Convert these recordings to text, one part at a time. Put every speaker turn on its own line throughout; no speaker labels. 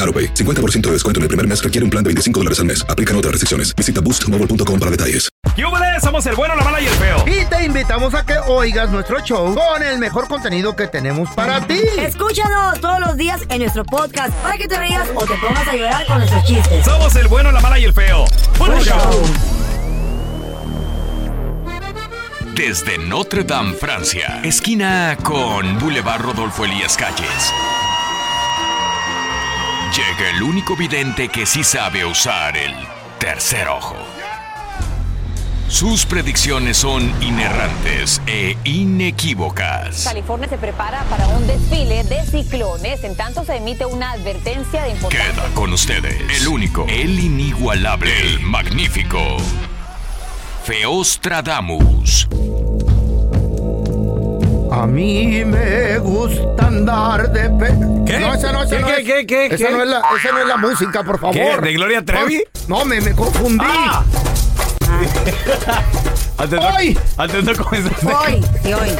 AroPay. 50% de descuento en el primer mes requiere un plan de 25 dólares al mes. Aplican otras restricciones. Visita boostmobile.com para detalles.
¡Yúbales! Somos el bueno, la mala y el feo.
Y te invitamos a que oigas nuestro show con el mejor contenido que tenemos para ti.
Escúchanos todos los días en nuestro podcast para que te rías o te pongas a llorar con nuestros chistes.
Somos el bueno, la mala y el feo. ¡Puro show!
Desde Notre Dame, Francia, esquina con Boulevard Rodolfo Elías Calles. Llega el único vidente que sí sabe usar el tercer ojo. Sus predicciones son inerrantes e inequívocas.
California se prepara para un desfile de ciclones, en tanto se emite una advertencia de importancia.
Queda con ustedes el único, el inigualable, el magnífico. Feostradamus.
A mí me gusta andar de pe...
¿Qué?
No, esa no, esa
¿Qué,
no
qué,
es.
qué, qué,
esa
qué?
No es la, esa no es la música, por favor.
¿Qué, de Gloria Trevi?
No, me, me confundí.
¡Ah! Antes no,
¡Ay!
antes no comenzaste.
Hoy, sí, hoy.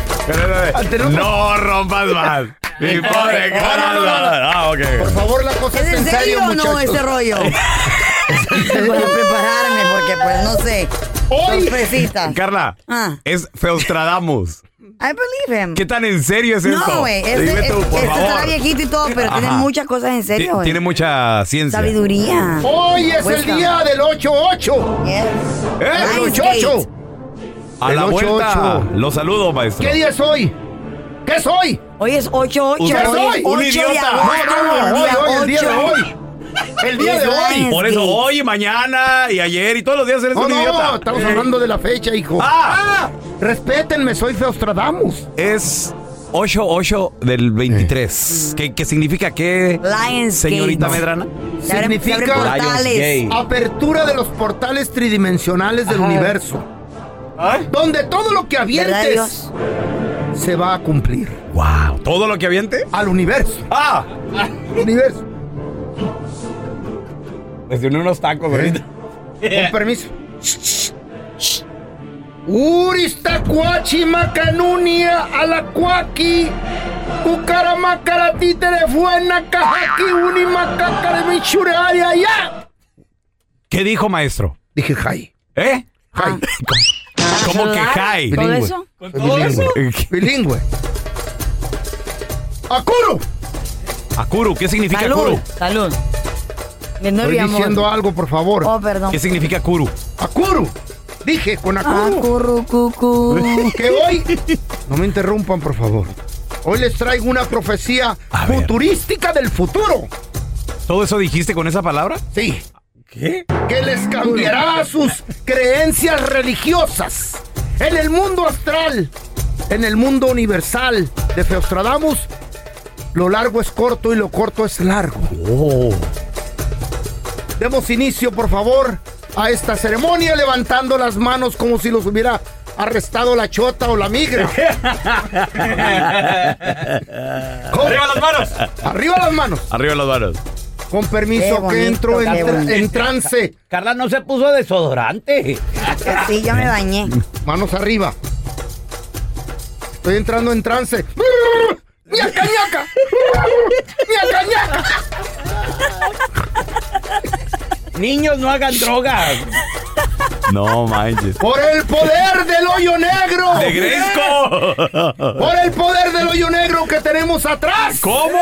Antes
No,
no-
rompas más. Mi pobre
Eh, No, no, no, no, no.
corazón. Ah, ok.
Por favor, la cosa
¿Es
es,
en serio o no
muchachos.
este rollo? Para prepararme, porque pues no sé. Sorpresita.
Carla,
Ah.
es Feostradamus.
I believe him.
¿Qué tan en serio es esto?
No, güey. Este,
Dime
este-
tú, por
este
favor.
está viejito y todo, pero tiene
Ajá.
muchas cosas en
Ti-
serio, eh. güey.
Tiene mucha ciencia.
sabiduría.
Hoy es el
Welcome.
día del 8-8.
Yes.
¡Eh!
El
Lions
8-8.
A
El
la
8-8.
vuelta. Lo saludo, maestro.
¿Qué día es hoy? ¿Qué es hoy?
Hoy es 8-8.
Usted
soy
Hoy es
un
8 de
idiota.
No,
agosto,
no, no, hoy, hoy, el día de
Ah, ocho.
hoy. El día
Es
de hoy.
Lions
Por eso
Day.
hoy, mañana y ayer y todos los días eres
No,
un
no,
idiota. Eh.
estamos hablando de la fecha, hijo.
¡Ah!
Respétenme, soy Feostradamus.
Es 8-8 del
Eh.
23. ¿Qué, qué significa qué,
Lions
señorita
Gates.
Medrana?
Se abren- se abren
Significa-
portales.
Lions
Apertura de los portales tridimensionales del universo. Donde todo lo que
¿Verdad,
avientes
Dios?
se va a cumplir.
¡Wow! ¿Todo lo que aviente?
Al universo.
¡Ah!
Al universo.
Mencioné unos tacos ahorita.
Con permiso. Uristacuachi macanunia alacuaki cucaramacaratite de fuena cajaki unimacaca de michure ya ya.
¿Qué dijo, maestro?
Dije hi.
¿Eh?
Hi.
¿Cómo que hi?
Ah. ¿Todo
Bilingüe.
eso?
Bilingüe. Bilingüe. Akuru.
Akuru, ¿qué significa
Salud.
Akuru?
Salud. Me
Estoy
nervio, amor.
diciendo algo, por favor.
Oh, perdón.
¿Qué significa Akuru?
Akuru. Dije con
Ah,
Uh.
Akuru.
curru, cucú.
que hoy. No me interrumpan, por favor. Hoy les traigo una profecía
A ver.
futurística del futuro.
¿Todo eso dijiste con esa palabra?
Sí.
¿Qué?
que les cambiará sus creencias religiosas en el mundo astral, en el mundo universal de Feostradamus. Lo largo es corto y lo corto es largo. Demos inicio, por favor, a esta ceremonia levantando las manos como si los hubiera arrestado la chota o la migra.
¡Arriba las manos!
Arriba las manos.
Arriba las manos.
Con
Qué
permiso, que
bonito,
entro en,
qué
tra-
bonito.
en trance.
Carla no se puso desodorante.
Sí, ya me bañé.
Manos arriba. Estoy entrando en trance. ¡Ñaca, ñaca! ¡Ñaca, ñaca!
Niños, no hagan drogas.
No manches.
¡Por el poder del hoyo negro!
¡De
Eh,
Gresco!
¡Por el poder del hoyo negro que tenemos atrás! Eh,
¿Cómo?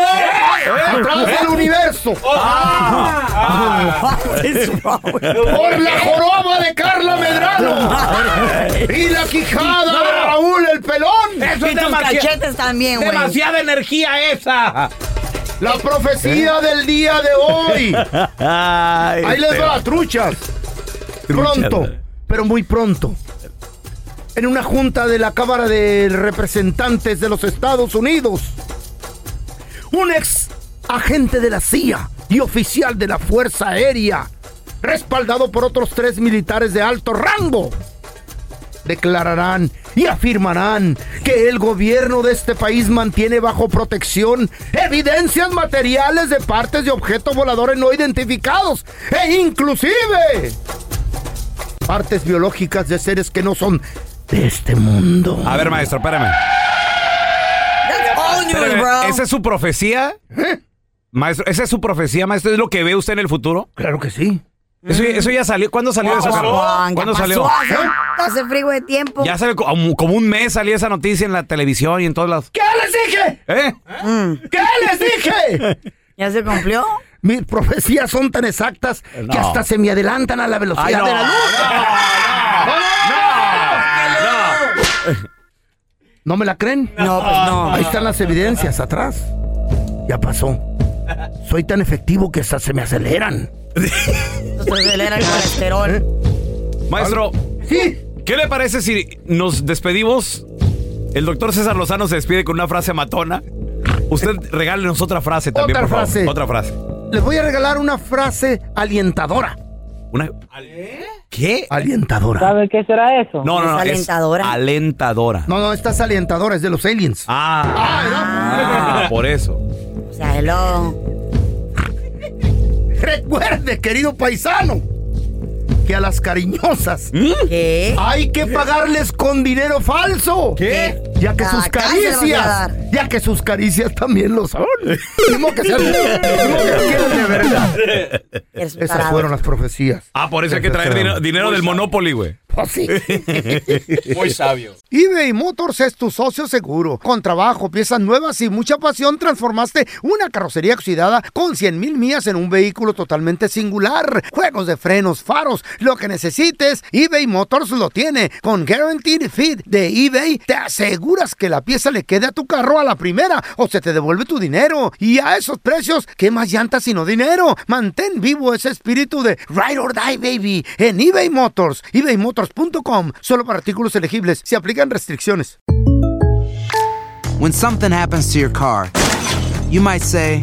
¡Atrás del universo!
Ah.
¡Por la joroba de Carla Medrano! ¡Y la quijada de Raúl el pelón!
Eso es
Y tus
demasiado-
cachetes también, güey.
demasiada energía esa.
¡La profecía del día de hoy!
Ay,
Ahí les va, truchas. Pronto, pero muy pronto. En una junta de la Cámara de Representantes de los Estados Unidos, un ex agente de la CIA y oficial de la Fuerza Aérea, respaldado por otros tres militares de alto rango, declararán y afirmarán que el gobierno de este país mantiene bajo protección evidencias materiales de partes de objetos voladores no identificados e inclusive partes biológicas de seres que no son de este mundo.
A ver, maestro, espérame.
That's all news,
Espérame,
bro.
¿Esa es su profecía?
¿Eh?
Maestro, ¿esa es su profecía, maestro? ¿Es lo que ve usted en el futuro?
Claro que sí.
Eso,
Mm.
eso ya salió. ¿Cuándo salió eso? Carlos?
Juan, ya
¿Cuándo
pasó
salió? ¿Eh?
Hace, hace frigo de tiempo.
Ya salió como, como un mes salió esa noticia en la televisión y en todos lados.
¿Qué les dije?
¿Eh?
¿Qué les dije?
¿Ya se cumplió?
Mis profecías son tan exactas
Eh,
que hasta se me adelantan a la velocidad de la luz. ¿No me la creen?
No, pues no.
Ahí están las evidencias atrás. Ya pasó. Soy tan efectivo que hasta se me aceleran.
Entonces él era el
¿Eh?
colesterol.
Maestro,
Sí.
¿qué le parece si nos despedimos? El doctor César Lozano se despide con una frase matona. Usted regálenos otra frase también,
Otra
por favor.
frase.
Otra frase.
Les voy a regalar una frase alientadora.
Una... ¿Qué?
Alientadora.
No, no, no.
Es
es
alentadora.
alentadora.
No, no, esta es alientadora, es de los aliens.
Ah, ah, por eso.
O sea, hello.
Recuerde, querido paisano, que a las cariñosas
¿Mm? Ah,
¿Qué?
hay que pagarles con dinero falso. ¿Qué? Ya que
Ah,
sus
acá se los voy a
caricias,
dar.
ya que sus caricias también lo son. Mismo que sean- mismo que quieran de verdad.
Eres un
Esas
tarado.
fueron las profecías.
Ah, por eso hay que traer dinero, dinero del Monopoly, güey.
Pues sí.
Muy sabio.
eBay Motors es tu socio seguro. Con trabajo, piezas nuevas y mucha pasión, transformaste una carrocería oxidada con 100 mil millas en un vehículo totalmente singular. Juegos de frenos, faros, lo que necesites, eBay Motors lo tiene. Con Guaranteed Fit de eBay, te aseguras que la pieza le quede a tu carro a la primera o se te devuelve tu dinero. Y a esos precios, ¿qué más llantas sino dinero? Mantén vivo ese espíritu de Ride or Die, baby, en eBay Motors. ebaymotors.com, solo para artículos elegibles. Se aplican restricciones.
When something happens to your car, you might say,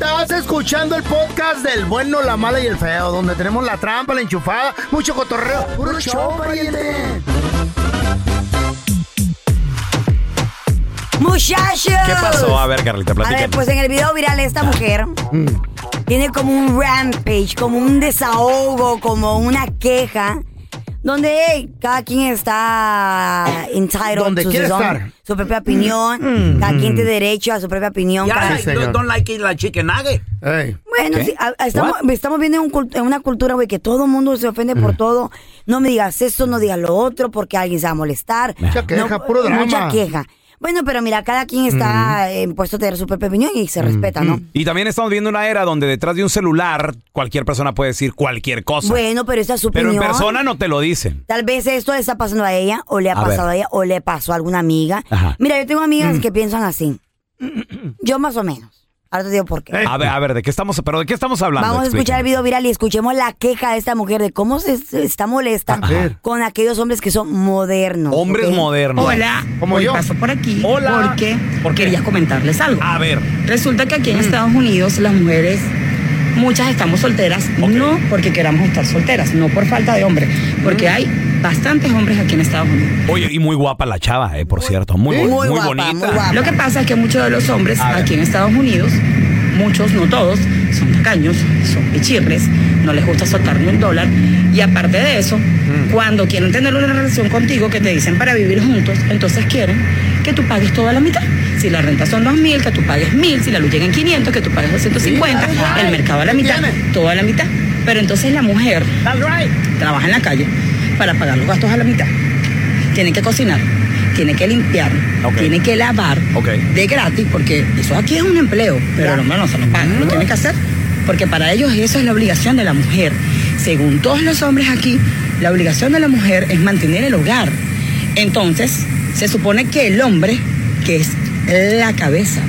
Estás escuchando el podcast del bueno, la mala y el feo, donde tenemos la trampa, la enchufada, mucho cotorreo. ¡Puro show, pariente!
Muchachos.
¿Qué pasó? A ver, Carlita,
A ver,
platícanos.
pues en el video viral esta mujer tiene como un rampage, como un desahogo, como una queja, donde hey, cada quien está entitled
Donde
to
quiere
his own-
estar.
su propia opinión, cada quien tiene derecho a su propia opinión. cada-
Ya,
Sí, señor.
don't, don't like it, la chicken nugget.
Ey,
Bueno, sí, a- a- estamos, estamos viendo un cult- una cultura, güey, que todo el mundo se ofende
Mm.
por todo. No me digas esto, no digas lo otro, porque alguien se va a molestar.
Mucha queja,
No,
puro drama.
Mucha queja. Bueno, pero mira, cada quien está
Mm.
en puesto de tener su propia opinión y se respeta, ¿no?
Y también estamos viendo una era donde detrás de un celular cualquier persona puede decir cualquier cosa.
Bueno, pero esa es su
pero en
opinión.
persona no te lo dicen.
Tal vez esto le está pasando a ella, o le ha
A
pasado
ver.
a ella, o le pasó a alguna amiga.
Ajá. Mm.
Mira, yo tengo amigas que piensan así. Yo más o menos. Ahora te digo por qué.
A ver, a ver, ¿de qué estamos, pero de qué estamos hablando?
Vamos a escuchar el video viral y escuchemos la queja de esta mujer de cómo se se está molesta
ver.
con aquellos hombres que son modernos.
Hombres
¿ok?
modernos.
Hola,
Como
hoy
yo.
paso por aquí porque quería comentarles algo.
A ver.
Resulta que aquí en Estados Unidos las mujeres, muchas estamos solteras, no porque queramos estar solteras, no por falta de hombres, porque hay bastantes hombres aquí en Estados Unidos.
Oye, y muy guapa la chava, eh, por cierto. Muy,
Sí.
boni- muy bonita.
Lo que pasa es que muchos de los hombres
A ver.
aquí en Estados Unidos, muchos, no todos, son tacaños, son pichirres, no les gusta soltar ni un dólar. Y aparte de eso,
Mm.
cuando quieren tener una relación contigo que te dicen para vivir juntos, entonces quieren que tú pagues toda la mitad. Si la renta son dos mil, que tú pagues mil. Si la luz llega en 500, que tú pagues 250.
Sí, that's right.
El mercado a la
¿Qué
mitad, toda la mitad. Pero entonces la mujer trabaja en la calle para pagar los gastos a la mitad. Tiene que cocinar, tiene que limpiar, tiene que lavar de gratis, porque eso aquí es un empleo, pero los menos se lo pagan, lo tiene que hacer, porque para ellos eso es la obligación de la mujer. Según todos los hombres aquí, la obligación de la mujer es mantener el hogar. Entonces, se supone que el hombre, que es la cabeza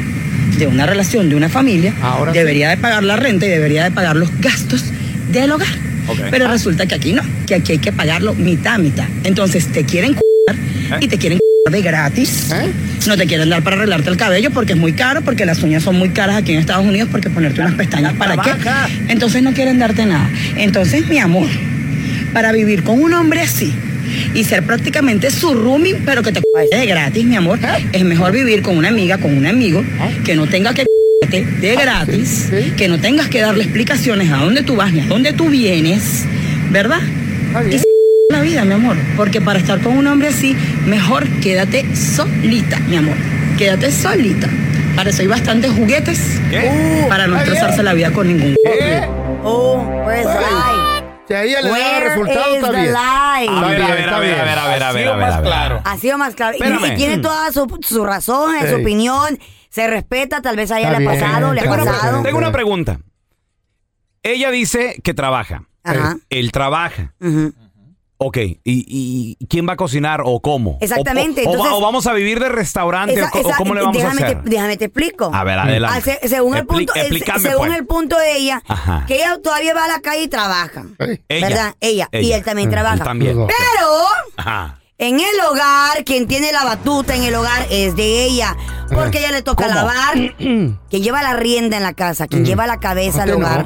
de una relación, de una familia, debería de pagar la renta y debería de pagar los gastos del hogar. Pero resulta que aquí no, que aquí hay que pagarlo mitad a mitad. Entonces te quieren c***ar y te quieren c***ar de gratis. No te quieren dar para arreglarte el cabello porque es muy caro, porque las uñas son muy caras aquí en Estados Unidos, porque ponerte unas pestañas para qué. Entonces no quieren darte nada. Entonces, mi amor, para vivir con un hombre así y ser prácticamente su roomie, pero que te c***e de gratis, mi amor, es mejor vivir con una amiga, con un amigo, que no tenga que c***arte de gratis, que no tengas que darle explicaciones a dónde tú vas ni a dónde tú vienes, ¿verdad? Y se la vida, mi amor, porque para estar con un hombre así, mejor quédate solita, mi amor, quédate solita. Para eso hay bastantes juguetes para no estresarse la vida con ningún hombre.
Oh, where's the lie?
Si a ella le da
Where
resultado,
is
está
the
bien.
lie?
A ver, a ver, a ver, a ver, a ver, a ver, a ver, a ver.
Ha sido más claro. Y- Y,
Espérame.
tiene
Mm.
toda su, su razón,
Sí.
su opinión. Se respeta, tal vez a ella le ha pasado, le ha
tengo, una,
pasado.
tengo una pregunta. Ella dice que trabaja.
Ajá.
Él trabaja. Ok, ¿Y, y quién va a cocinar o cómo?
Exactamente,
O- O, o va-
entonces-
o vamos a vivir de restaurante
Esa-
o co- o
esa- eh,
cómo le vamos a
déjame,
hacer.
Te, déjame te explico.
A ver, adelante.
Ah, se- según el
Expli-
punto, el-
explícame,
según
pues.
el punto de ella,
Ajá.
que ella todavía va a la calle y trabaja.
Ella.
¿Verdad? Ella. Y él también
Mm,
trabaja.
él también.
Pero
Ajá.
en el hogar, quien tiene la batuta en el hogar es de ella. Porque ella le toca
¿Cómo?
lavar, quien lleva la rienda en la casa, quien lleva la cabeza al hogar.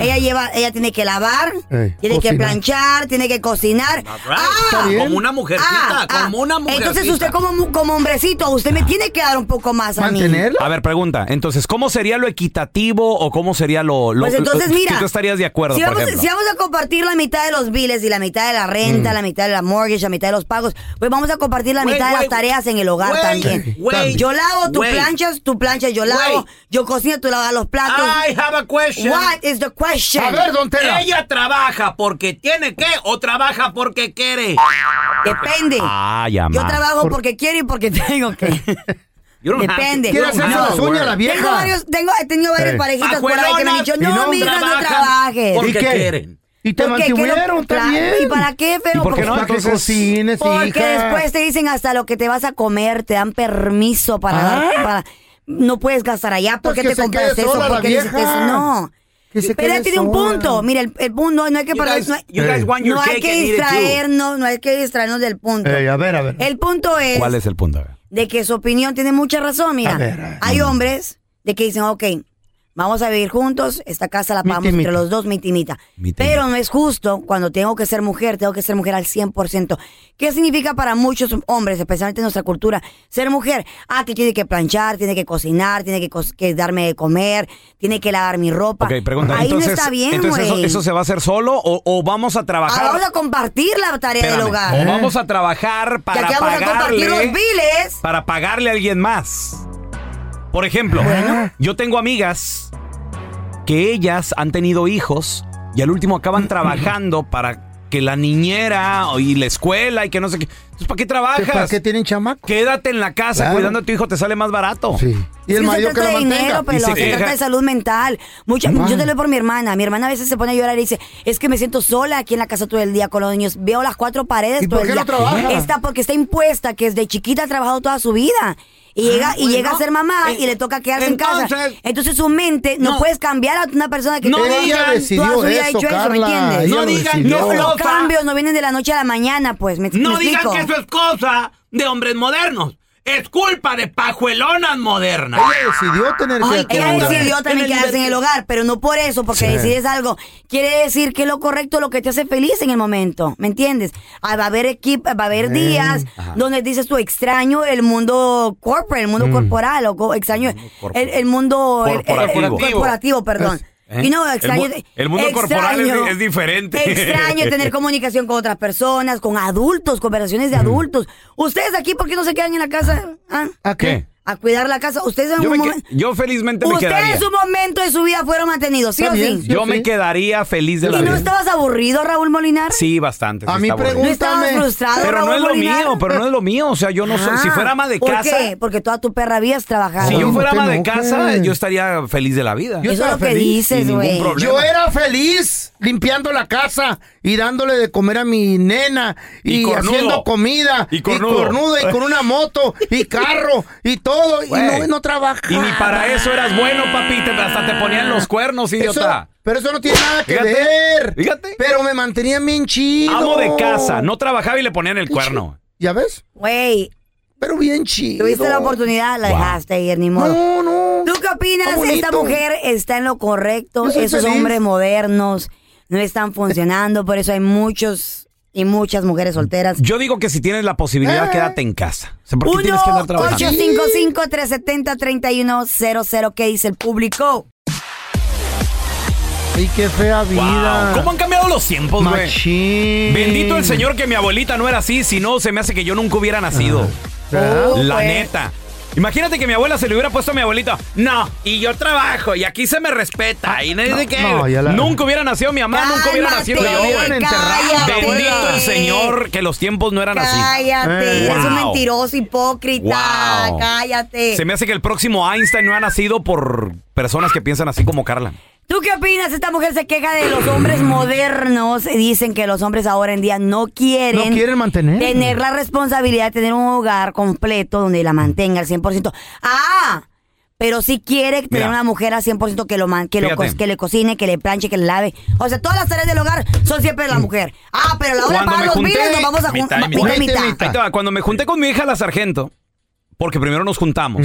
Ella lleva, ella tiene que lavar,
Ey,
tiene que
cocinar.
planchar, tiene que cocinar.
Está bien. Como una
mujercita, como una
mujercita.
Entonces usted como, mu- como hombrecito, usted me tiene que dar un poco más a mí.
A ver, pregunta. Entonces, ¿cómo sería lo equitativo o cómo sería lo... lo-
Pues entonces,
lo-
mira,
¿Tú estarías de acuerdo,
Si
por
vamos,
ejemplo? Mm.
si vamos a compartir la mitad de los biles y la mitad de la renta, la mitad de la mortgage, la mitad de los pagos, pues vamos a compartir la
Güey,
mitad de
güey,
las tareas en el hogar
güey,
también.
güey,
yo lavo, tú
güey.
planchas, tú planchas, yo lavo,
Güey.
yo cocino, tú lavas los platos.
I have a question.
What is the question?
¿Ella trabaja porque tiene que o trabaja porque quiere?
Depende.
Ah, ya,
Yo
ma.
trabajo porque quiero y porque tengo que. Depende.
Quiere hacerse las uñas la vieja.
Tengo varios, tengo, he tenido varias
Eh.
parejitas por ahí que me han dicho,
Pajuelonas,
no,
y no
mija, no
trabajan
trabajes.
porque ¿Y qué? quieren.
Y te
Porque que no-
mantuvieron
Claro,
también.
¿Y para qué, feo?
¿Y por qué
Porque-
no? Para que Entonces- cocines,
Porque
hija.
después te dicen hasta lo que te vas a comer, te dan permiso para dar, para- no puedes gastar allá, ¿por
¿Ah? Pues
qué
que
te
se
compras
quede
eso?
sola la
¿Por qué hiciste
vieja.
eso? No.
Que se
Pero
quede
ella tiene un
sola.
punto. Mira, el, el punto no hay que
You
perder.
guys-
no hay,
you guys want your
no hay
cake
que
and eat it too.
distraernos, no hay que distraernos del punto.
Ey, a ver, a ver.
El punto es
¿Cuál es el punto? A ver.
de que su opinión tiene mucha razón, mira.
A ver, a ver.
Hay hombres de que dicen, ok, vamos a vivir juntos, esta casa la pagamos entre los dos, mi timita. Pero no es justo cuando tengo que ser mujer, tengo que ser mujer al 100%. ¿Qué significa para muchos hombres, especialmente en nuestra cultura, ser mujer? Ah, que tiene que planchar, tiene que cocinar, tiene que, cos- que darme de comer, tiene que lavar mi ropa.
Ok, pregunta.
Ahí
entonces,
no está bien,
entonces eso,
güey.
eso se va a hacer solo o, o vamos a
Ah,
trabajar?
vamos a compartir la tarea del
Espérame,
hogar.
O vamos a trabajar
Ya
para
que vamos a compartir los
pagarle...
biles.
para pagarle a alguien más. Por ejemplo, yo tengo amigas que ellas han tenido hijos y al último acaban trabajando para que la niñera y la escuela y que no sé qué. Entonces, ¿para qué trabajas?
¿Para qué tienen chamaco?
Quédate en la casa
Claro.
cuidando a tu hijo, te sale más barato.
Sí.
Es que se trata de dinero, pero se, trata de salud mental. Mucha,
Ay.
yo te lo digo por mi hermana. Mi hermana a veces se pone a llorar y dice, es que me siento sola aquí en la casa todo el día con los niños. Veo las cuatro paredes
¿Y
todo
por
el
qué no
día.
trabaja?
Está porque está impuesta, que desde chiquita ha trabajado toda su vida. Y
Ah,
llega, y
bueno.
llega a ser mamá y le toca quedarse en casa.
entonces-
Entonces su mente no, puedes cambiar a una persona que
No
toda
digan-
toda
decidió
su vida ha
eso,
hecho eso, ¿me
Carla,
entiendes?
ella No lo digan que decidió. es
Los
loca.
cambios no vienen de la noche a la mañana, pues. ¿Me, me
No digan
explico?
que eso es cosa de hombres modernos. Es culpa de pajuelonas modernas.
Ella decidió tener
Ay, ella decidió también quedarse en el hogar, pero no por eso, porque
Sí.
decides algo. Quiere decir que es lo correcto, lo que te hace feliz en el momento, ¿me entiendes? Ah, va a haber equipo, va a haber
Mm,
días
ajá.
donde dices tú extraño el mundo corporate, el mundo
Mm.
corporal, o co- extraño el, el mundo el- el- el
Corporativo.
corporativo, perdón.
¿Eh?
Y no,
El
extraño,
mu- el mundo corporal es di-
extraño-
es diferente.
Extraño tener comunicación con otras personas, con adultos, conversaciones
Mm.
de adultos. Ustedes aquí, ¿por qué no se quedan en la casa? ¿Ah?
¿A
qué?
A cuidar la casa. Ustedes en
Yo,
un
me que-
momento...
yo felizmente me
Ustedes
quedaría.
en su momento de su vida fueron mantenidos, ¿sí o sí?
Yo me quedaría feliz de la
¿Y no
vida.
estabas aburrido, Raúl Molinar?
Sí, bastante.
A
sí
mí
está aburrido.
pregúntame. ¿No estabas frustrado,
Pero no
Raúl
es lo
Molinar?
mío, pero no es lo mío. O sea, yo no soy.
Ah,
Si fuera ama de
¿por
casa.
qué? Porque toda tu perra vida es trabajar.
Si yo fuera ama de casa,
enojes.
yo estaría feliz de la vida.
Yo Ah, Eso es estaba lo que feliz, dices,
sin ningún
güey.
problema.
Yo era feliz limpiando la casa y dándole de comer a mi nena
Y
y,
cornudo.
haciendo comida
Y cornudo.
y y con una moto y carro y todo y
Güey.
no, no trabaja.
Y ni para eso eras bueno, papita. Hasta te ponían los cuernos,
Eso-
idiota.
pero eso no tiene nada que
Fíjate,
ver. Pero me mantenía bien chido.
Amo de casa. No trabajaba y le ponían el cuerno.
¿Ya ves?
Güey.
Pero bien chido.
Tuviste la oportunidad, la
Wow.
dejaste ir, ni modo.
Mm.
No, no.
¿Tú qué opinas?
Está bonito.
Esta mujer está en lo correcto.
Yo soy
Esos
feliz.
hombres modernos no están funcionando. Por eso hay muchos y muchas mujeres solteras.
Yo digo que si tienes la posibilidad,
Eh.
quédate en casa. O sea, ¿por qué tienes que andar trabajando?
855-370-3100. ¿Qué dice el público?
Y qué fea vida.
Wow, ¿Cómo han cambiado los tiempos, güey?
Machín.
Bendito el Señor que mi abuelita no era así, si no, se me hace que yo nunca hubiera nacido.
¿verdad?
Ah, La
Pues.
neta. Imagínate que mi abuela se le hubiera puesto a mi abuelita. No, y yo trabajo, y aquí se me respeta. Y nadie dice que
no, ya la-
nunca hubiera nacido mi mamá, nunca hubiera nacido yo.
La
güey.
hubieran enterrado,
Bendito
abuela.
el Señor que los tiempos no eran así.
Cállate,
Eh.
eres un
Wow.
mentiroso, hipócrita.
Wow.
Cállate.
Se me hace que el próximo Einstein no ha nacido por personas que piensan así como Carla.
¿Tú qué opinas? Esta mujer se queja de los hombres modernos. Dicen que los hombres ahora en día no quieren.
No quieren mantener.
Tener la responsabilidad de tener un hogar completo donde la mantenga al 100%. ¡Ah! Pero sí quiere tener
Mira.
una mujer al 100% que, lo man- que, lo
Fíjate.
cos- que le cocine, que le planche, que le lave. O sea, todas las tareas del hogar son siempre de la mujer. Ah, pero a la hora de
Mm. Cuando
pagar
me
los
junté-
biles nos vamos a
Mitad
juntar.
y mitad. Ahí te va, Cuando me junté con mi hija, la sargento, porque primero nos juntamos.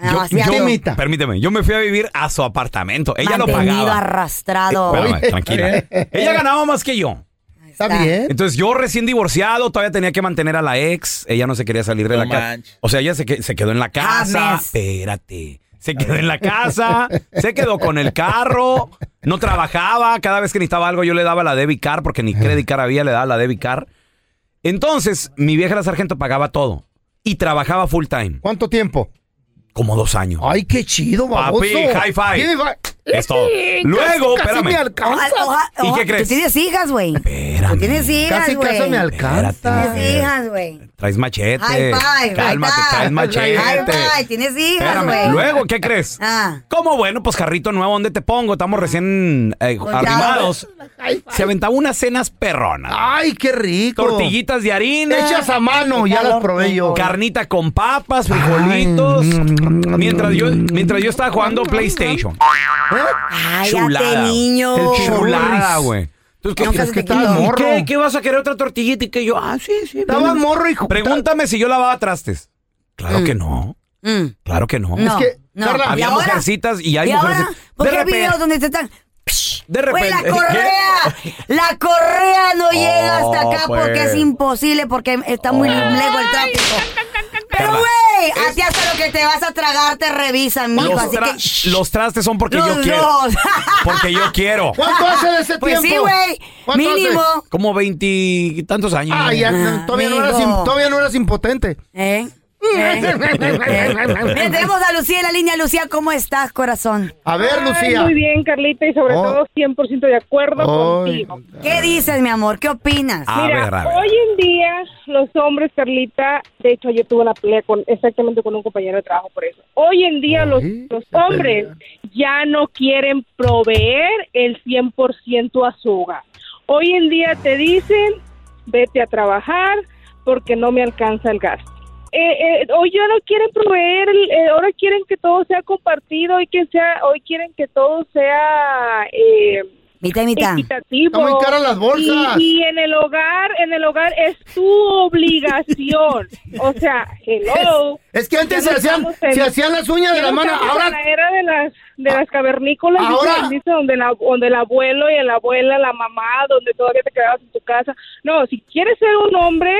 Ah,
Yo- yo- permíteme, yo me fui a vivir a su apartamento. Ella lo
Mantenido,
pagaba.
arrastrado.
Espérame, tranquila. Ella ganaba más que yo.
Está bien.
Entonces yo recién divorciado, todavía tenía que mantener a la ex. Ella no se quería salir de
No
la casa.
manches.
O sea, ella se, que- se quedó en la casa.
James.
Espérate. Se quedó en la casa, se quedó con el carro, no trabajaba. Cada vez que necesitaba algo yo le daba la debit card porque ni credit card había, le daba la debit card. Entonces mi vieja la sargento pagaba todo y trabajaba full time.
¿Cuánto tiempo?
Como dos años.
Ay, qué chido, baboso.
Papi, high five.
Give me five.
Es todo.
Casi-
Luego,
casi
espérame.
me alcanza.
Ojalá- ojalá-
¿Y qué
ojalá-
crees?
Tú tienes hijas, güey. Tú tienes hijas,
Casi,
güey.
casi me alcanza.
Tienes hijas, güey.
Traes machete.
High five.
Cálmate,
ahí
traes
está.
machete.
High five, Tienes hijas,
Espérame,
güey.
Luego, ¿qué crees?
Ah.
¿Cómo bueno? Pues carrito nuevo, ¿dónde te pongo? Estamos recién eh, arrimados. Se aventaba unas cenas perronas.
Ay, qué rico.
Tortillitas de harina.
Hechas a mano, ya las probé yo.
Carnita con papas, frijolitos.
mm,
mientras, yo, mientras yo estaba jugando PlayStation.
Cállate,
Chulada.
niño.
Chulada, güey. Entonces,
Nunca se
¿qué,
te quitó.
¿Y qué- qué vas a querer otra tortillita? Y que yo, ah, sí, sí.
Estaba morro, hijo.
Pregúntame si yo lavaba trastes. Claro que no.
Mm.
Claro que no.
No, Es que, no. Carla, ¿y
había
ahora?
mujercitas y hay
¿Y
mujeres.
ahora? ¿Por
de
qué hay
repente-
videos donde te están...
De
Güey, la
repente. Oh,
correa, la correa no llega hasta acá
pues. Oh.
porque es imposible, porque está muy lejos el tráfico. Pero
Carla,
güey, así hasta lo que te vas a tragar te revisan, mijo,
Los,
así
tra-
que...
los trastes son porque
Los
yo quiero.
dos.
Porque yo quiero.
¿Cuánto hace de ese
Pues sí,
tiempo?
güey.
¿Cuánto
Mínimo.
hace?
Como veintitantos años.
Ay, ya,
Ah,
todavía, no
amigo.
eras, im- todavía no eras impotente.
¿Eh? Mira, tenemos a Lucía en la línea. Lucía, ¿cómo estás, corazón?
A
Ay, muy bien, Carlita, y sobre
Oh.
todo 100% de acuerdo
Ay.
contigo.
¿Qué dices, mi amor? ¿Qué opinas?
Ah.
A Mira, ver, a ver. Hoy en día, los hombres, Carlita, de hecho, yo tuve una pelea con, exactamente con un compañero de trabajo por eso. Hoy en día, los, los hombres ya no quieren proveer el 100% a su hogar. Hoy en día te dicen, vete a trabajar porque no me alcanza el gasto. Eh, eh, hoy ya no quieren proveer, el- eh, ahora quieren que todo sea compartido, hoy, que sea, hoy quieren que todo sea... Eh,
Mitad y mitad.
equitativo.
Está muy cara las bolsas.
Y, y en el hogar, en el hogar es tu obligación. O sea, hello.
Es- es que antes
Ya
se hacían-
estamos en-
se hacían las uñas de la
ya
mano,
estamos
ahora- Ah,
en la era de las de las cavernícolas, dice-
Ahora-
dice donde la- donde el abuelo y la abuela, la mamá, donde todavía te quedabas en tu casa. No, si quieres ser un hombre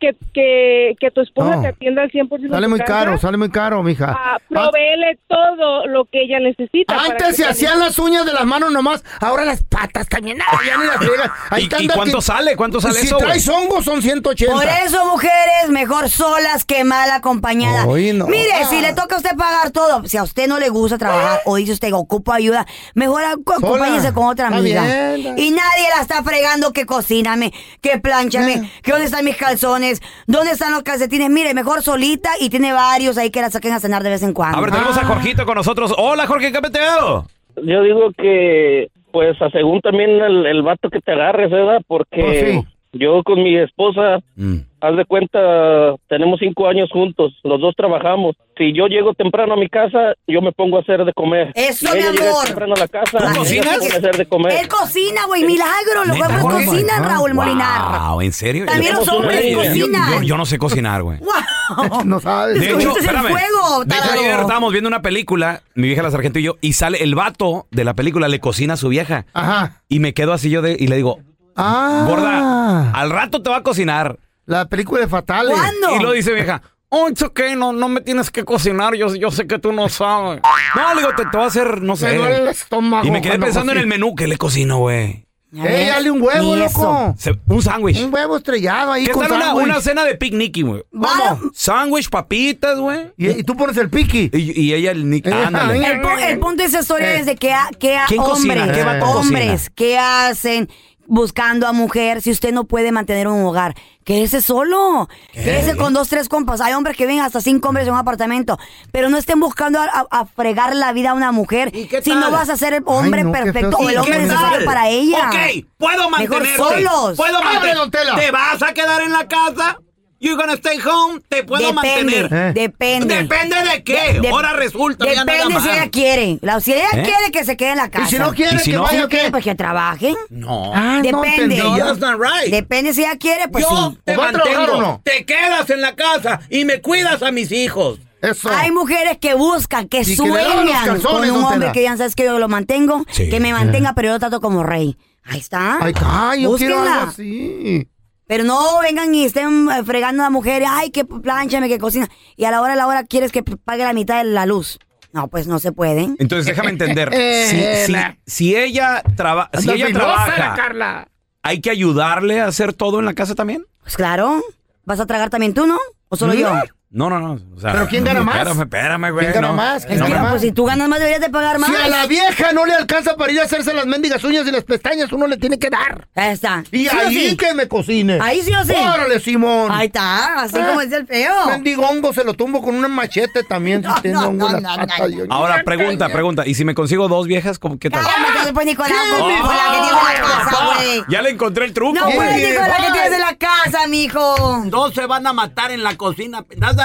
que, que, que tu esposa
No.
te atienda al 100% en
Sale
tu
muy
casa,
caro, sale muy caro, mija. Ah,
ah, provéele todo lo que ella necesita. para que
Antes se
sea
hacían las uñas de las manos nomás, ahora las patas también. ah, ya ni las friegan.
¿Y-
te
y
anda
cuánto
que-
sale? ¿Cuánto sale
si
eso, güey?
traes hongos son 180.
Por eso, mujeres, mejor solas que mal acompañadas.
Oye, no. Ah.
Mire, si le toca a usted pagar todo, si a usted no le gusta trabajar o dice usted ocupo ayuda, mejor ac- acompáñese con otra
Está
amiga.
bien.
Y nadie la está fregando que cocíname, que planchame, que dónde están mis calzones, dónde están los calcetines. Mire, mejor solita y tiene varios ahí que la saquen a cenar de vez en cuando.
A ver, tenemos a Jorgito con nosotros. Hola, Jorge, ¿qué peteo?
Yo digo que, pues, a según también el, el vato que te agarres, ¿verdad? Porque yo con mi esposa, haz de cuenta, tenemos cinco años juntos, los dos trabajamos. Si yo llego temprano a mi casa, yo me pongo a hacer de comer.
Eso,
Si
mi
ella llega
amor.
temprano a la casa,
¿Tú
ella
cocinas?
se pone a hacer de comer.
Él cocina, güey, milagro. Los
Eh, ¿Neta,
huevos
Jorge?
cocinan, Raúl Molinar.
Wow, ¿en serio?
También los hombres
Yo-
cocinan.
Yo, yo no sé cocinar, güey.
¡Wow!
No sabes.
De hecho, espérame.
fuego,
De hecho,
tarado.
ayer estábamos viendo una película, mi vieja la sargento y yo, y sale el vato de la película, le cocina a su vieja.
Ajá.
Y me quedo así yo de, y le digo,
Ah.
gorda, al rato te va a cocinar.
La película de Fatales.
Y lo dice vieja. Oh, it's okay, no, no me tienes que cocinar, yo, yo sé que tú no sabes. No, le digo, te, te va a hacer, no sé.
Me duele el estómago pues
y me quedé
cuando
pensando en
cocino.
el menú que le cocino, güey.
Ey, dale un huevo, loco.
Se- un sándwich.
Un huevo estrellado ahí
¿Qué
con
tal una,
sándwich.
una cena de picnic, güey?
¿Cómo?
Sándwich, papitas, güey.
¿Y, tú pones el piqui.
Y, y ella el
Eh,
nick. Ándale.
El, pu- el punto de esa historia
Eh.
es de que, a- que a
¿Quién cocina?
hombres,
¿Qué vato
hombres, ¿qué hacen buscando a mujer si usted no puede mantener un hogar? Quédese solo, quédese con dos, tres compas. Hay hombres que ven hasta cinco hombres en un apartamento, pero no estén buscando a, a- a fregar la vida a una mujer si no
tal?
vas a ser el hombre
Ay, no, qué
perfecto
feo.
o el
¿Y
hombre
qué
necesario
tal?
para ella.
Ok, puedo mantenerte.
Mejor solos.
Puedo
Abre,
mantenerte.
don Tela.
Te vas a quedar en la casa. You're gonna stay home. Te puedo
Depende, Eh.
mantener.
depende.
Depende de qué.
De- de-
Ahora resulta. mira nada
Depende si
más.
ella quiere. La, si ella
¿Eh?
quiere que se quede en la casa.
si no quiere, ¿Y si que no?
Si
vaya,
no quiere, pues que trabajen.
No.
Ah, Depende.
entendí. No, that's not right.
Depende si ella quiere, pues
Yo
sí.
te mantengo. Te quedas en la casa y me cuidas a mis hijos.
Eso.
Hay mujeres que buscan, que
Y que le lavan los
sueñan
calzones,
con un
don
hombre
Tela.
que digan, ¿sabes que Yo lo mantengo,
Sí.
que me mantenga, pero yo lo trato como rey. Ahí está.
Ay, ay, yo quiero
Búsquenla.
algo así.
Pero no vengan y estén eh, fregando a mujeres, ay, que planchame, que cocina. Y a la hora, a la hora quieres que pague la mitad de la luz. No, pues no se pueden.
Entonces déjame entender.
Eh,
si, si-
la-
si ella, traba- si ella trabaja,
Carla.
¿hay que ayudarle a hacer todo en la casa también?
Pues claro. ¿Vas a tragar también tú, no? ¿O solo yo?
No, no, no. o sea,
¿Pero quién gana más?
Espérame, espérame, güey.
¿Quién gana
no.
más? ¿Quién
No,
gana
no.
más?
Pues si tú ganas más, deberías de pagar más.
Si a la vieja no le alcanza para ir a hacerse las mendigas uñas y las pestañas, uno le tiene que dar.
Ahí está.
Y
¿Sí o
ahí
sí?
que me cocine.
Ahí sí o sí.
Órale, Ah. Simón.
Ahí está, así como es el feo.
Mendigo hongo, se lo tumbo con un machete también. si tengo
no,
hongo en
no,
las
no,
patas,
no.
Dios mío.
Ahora, pregunta, pregunta. ¿Y si me consigo dos viejas, cómo qué tal?
Cálmate, después Nicolás, con
¿Qué?
Nicolás que tienes en la casa,
Papá,
güey.
Ya le encontré el truco,
No,
güey.
güey, Nicolás que tienes en la casa, mijo.
Dos se van a matar en la cocina. That's not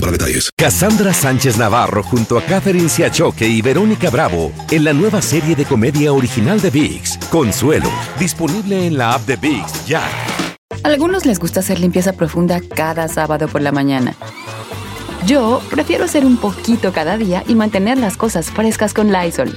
para detalles.
Cassandra Sánchez Navarro junto a Catherine Siachoque y Verónica Bravo en la nueva serie de comedia original de VIX, Consuelo, disponible en la app de VIX ya.
Algunos les gusta hacer limpieza profunda cada sábado por la mañana. Yo prefiero hacer un poquito cada día y mantener las cosas frescas con Lysol.